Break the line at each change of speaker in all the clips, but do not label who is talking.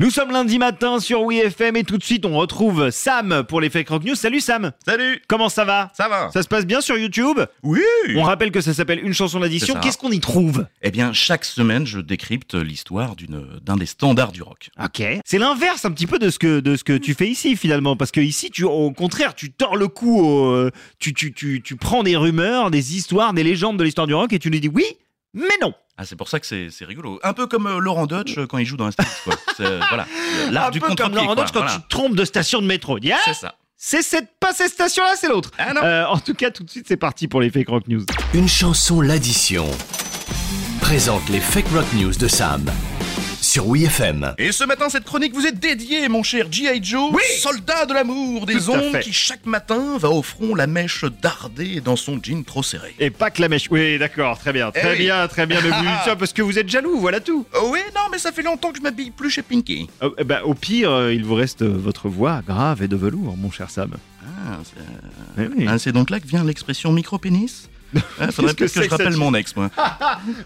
Nous sommes lundi matin sur WeFM et tout de suite on retrouve Sam pour les Fake Rock News. Salut Sam
Salut
Comment ça va
Ça va
Ça se passe bien sur YouTube
Oui
On rappelle que ça s'appelle Une chanson d'addition.
C'est ça.
Qu'est-ce qu'on y trouve
Eh bien, chaque semaine, je décrypte l'histoire d'une- d'un des standards du rock.
Ok. C'est l'inverse un petit peu de ce que, de ce que tu fais ici finalement. Parce que ici, tu, au contraire, tu tords le cou, au, euh, tu, tu, tu, tu prends des rumeurs, des histoires, des légendes de l'histoire du rock et tu nous dis oui, mais non.
Ah, c'est pour ça que c'est c'est rigolo. Un peu comme euh, Laurent Dutch euh, quand il joue dans Astérix, quoi. C'est, euh, voilà. L'art
un
du
peu
contre-pied,
comme Laurent
quoi.
Dodge quand
Voilà.
tu te trompes de station de métro. Dis, ah,
C'est ça.
c'est cette, pas cette station-là, c'est l'autre.
Ah non
Euh, en tout cas, tout de suite, c'est parti pour les Fake Rock News.
Une chanson l'addition présente les fake rock news de Sam sur WeFM.
Et ce matin, cette chronique vous est dédiée, mon cher G.I. Joe,
Oui
soldat de l'amour, des
Tout à
ondes
fait.
qui chaque mamatin va au front la mèche dardée dans son jean trop serré.
Et pas que la mèche. Oui, d'accord, très bien.
Eh
Très
oui.
bien, très bien. Ne vous dites ça parce que vous êtes jaloux, voilà tout.
Oh oui, non, mais ça fait longtemps que je m'habille plus chez Pinky.
Euh, eh ben, au pire, euh, il vous reste euh, votre voix grave et de velours, mon cher Sam.
Ah, c'est euh,
Eh oui.
ah, c'est donc là que vient l'expression micro-pénis Ah, Faudrait
que
peut-être que,
c'est
je
que ça,
rappelle
tu-
mon ex, moi.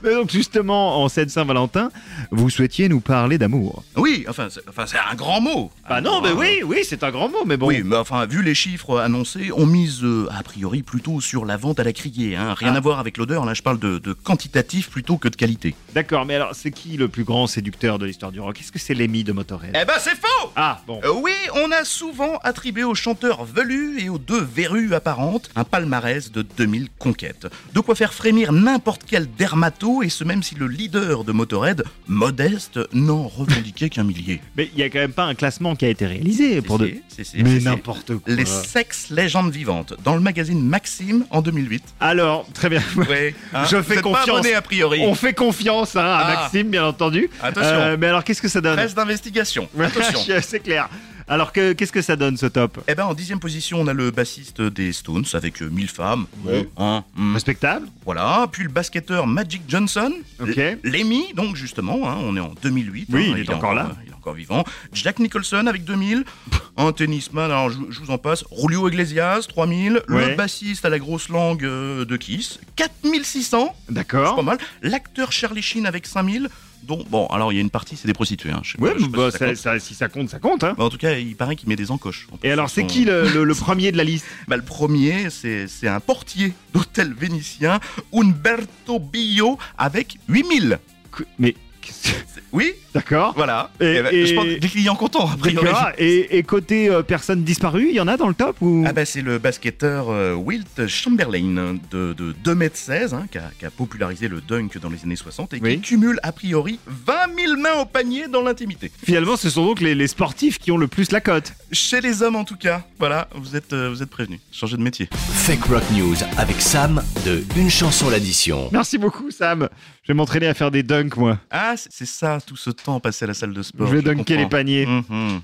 Mais donc, justement, en cette Saint-Valentin, vous souhaitiez nous parler d'amour.
Oui, enfin, c'est enfin, c'est un grand mot.
Ah non, mais
Bah mais
oui, oui, c'est un grand mot, mais bon.
Oui, mais enfin, vu les chiffres annoncés, on mise euh, a priori plutôt sur la vente à la criée. hein. Rien à voir avec l'odeur, là je parle de, de quantitatif plutôt que de qualité.
D'accord, mais alors, c'est qui le plus grand séducteur de l'histoire du rock Est-ce que c'est Lemmy de Motorhead
Eh ben c'est faux
Ah, bon.
Euh, Oui, on a souvent attribué aux chanteurs velus et aux deux verrues apparentes un palmarès de 2000 conquêtes. De quoi faire frémir n'importe quel dermato, et ce même si le leader de Motorhead, modeste, n'en revendiquait qu'un millier.
Mais il n'y a quand même pas un classement qui a été réalisé pour de.
C'est- c'est-
Mais
c'est-
n'importe quoi.
Les sexes légendes vivantes, dans le magazine Maxime en 2008.
Alors, très bien.
Ouais,
Je fais
Hein Vous êtes pas
confiance.
abonné, a priori.
On fait confiance hein, à
Ah.
Maxime, bien entendu. Euh,
Attention.
mais alors, qu'est-ce que ça donne
Presse d'investigation. Attention.
C'est clair. Alors que qu'est-ce que ça donne ce top
Eh ben, en dixième position, on a le bassiste des Stones avec euh, 1000 femmes.
Ouais.
Hein, hmm,
Respectable
voilà. Puis le basketteur Magic Johnson.
Ok.
L- Lemmy, donc justement, hein, on est en 2008.
Oui,
hein,
il est encore là.
euh, il est encore vivant. Jack Nicholson avec 2000. Un tennisman, alors je je vous en passe. Julio Iglesias, 3000.
Ouais.
Le bassiste à la grosse langue euh, de Kiss, 4600. C'est pas
D'accord.
mal. L'acteur Charlie Sheen avec 5000, dont, bon, alors il y a une partie, c'est des prostituées. Hein. Je sais pas-
Ouais,
je sais
bah,
pas si ça
ça-
compte.
ça- si ça compte, ça compte. Hein.
Bah, en tout cas, il paraît qu'il met des encoches. En plus,
Et alors,
ils
c'est
sont-
qui le, le- le premier de la liste
bah, Le premier, c'est c'est un portier d'hôtel vénitien, Umberto Billo, avec 8000.
Qu- Mais qu'est-ce que-
Oui,
d'accord.
voilà.
Et-
Eh ben,
et-
Je pense que des clients contents, a priori.
D'accord. Et, et côté euh, personne disparue, il y en a dans le top ou
Ah bah c'est le basketteur euh, Wilt Chamberlain de, de 2m16 hein, qui, a, qui a popularisé le dunk dans les années 60 et
Oui.
qui cumule a priori 20 000 mains au panier dans l'intimité.
Finalement, ce sont donc les, les sportifs qui ont le plus la cote.
Chez les hommes en tout cas, voilà, vous êtes, euh, vous êtes prévenus. Changez de métier.
Fake rock news avec Sam de Une chanson l'addition.
Merci beaucoup, Sam. Je vais m'entraîner à faire des dunks, moi.
Ah, c'est c'est ça, tout ce temps passé à la salle de sport.
je vais dunker les
comprends.
paniers.
Mhm.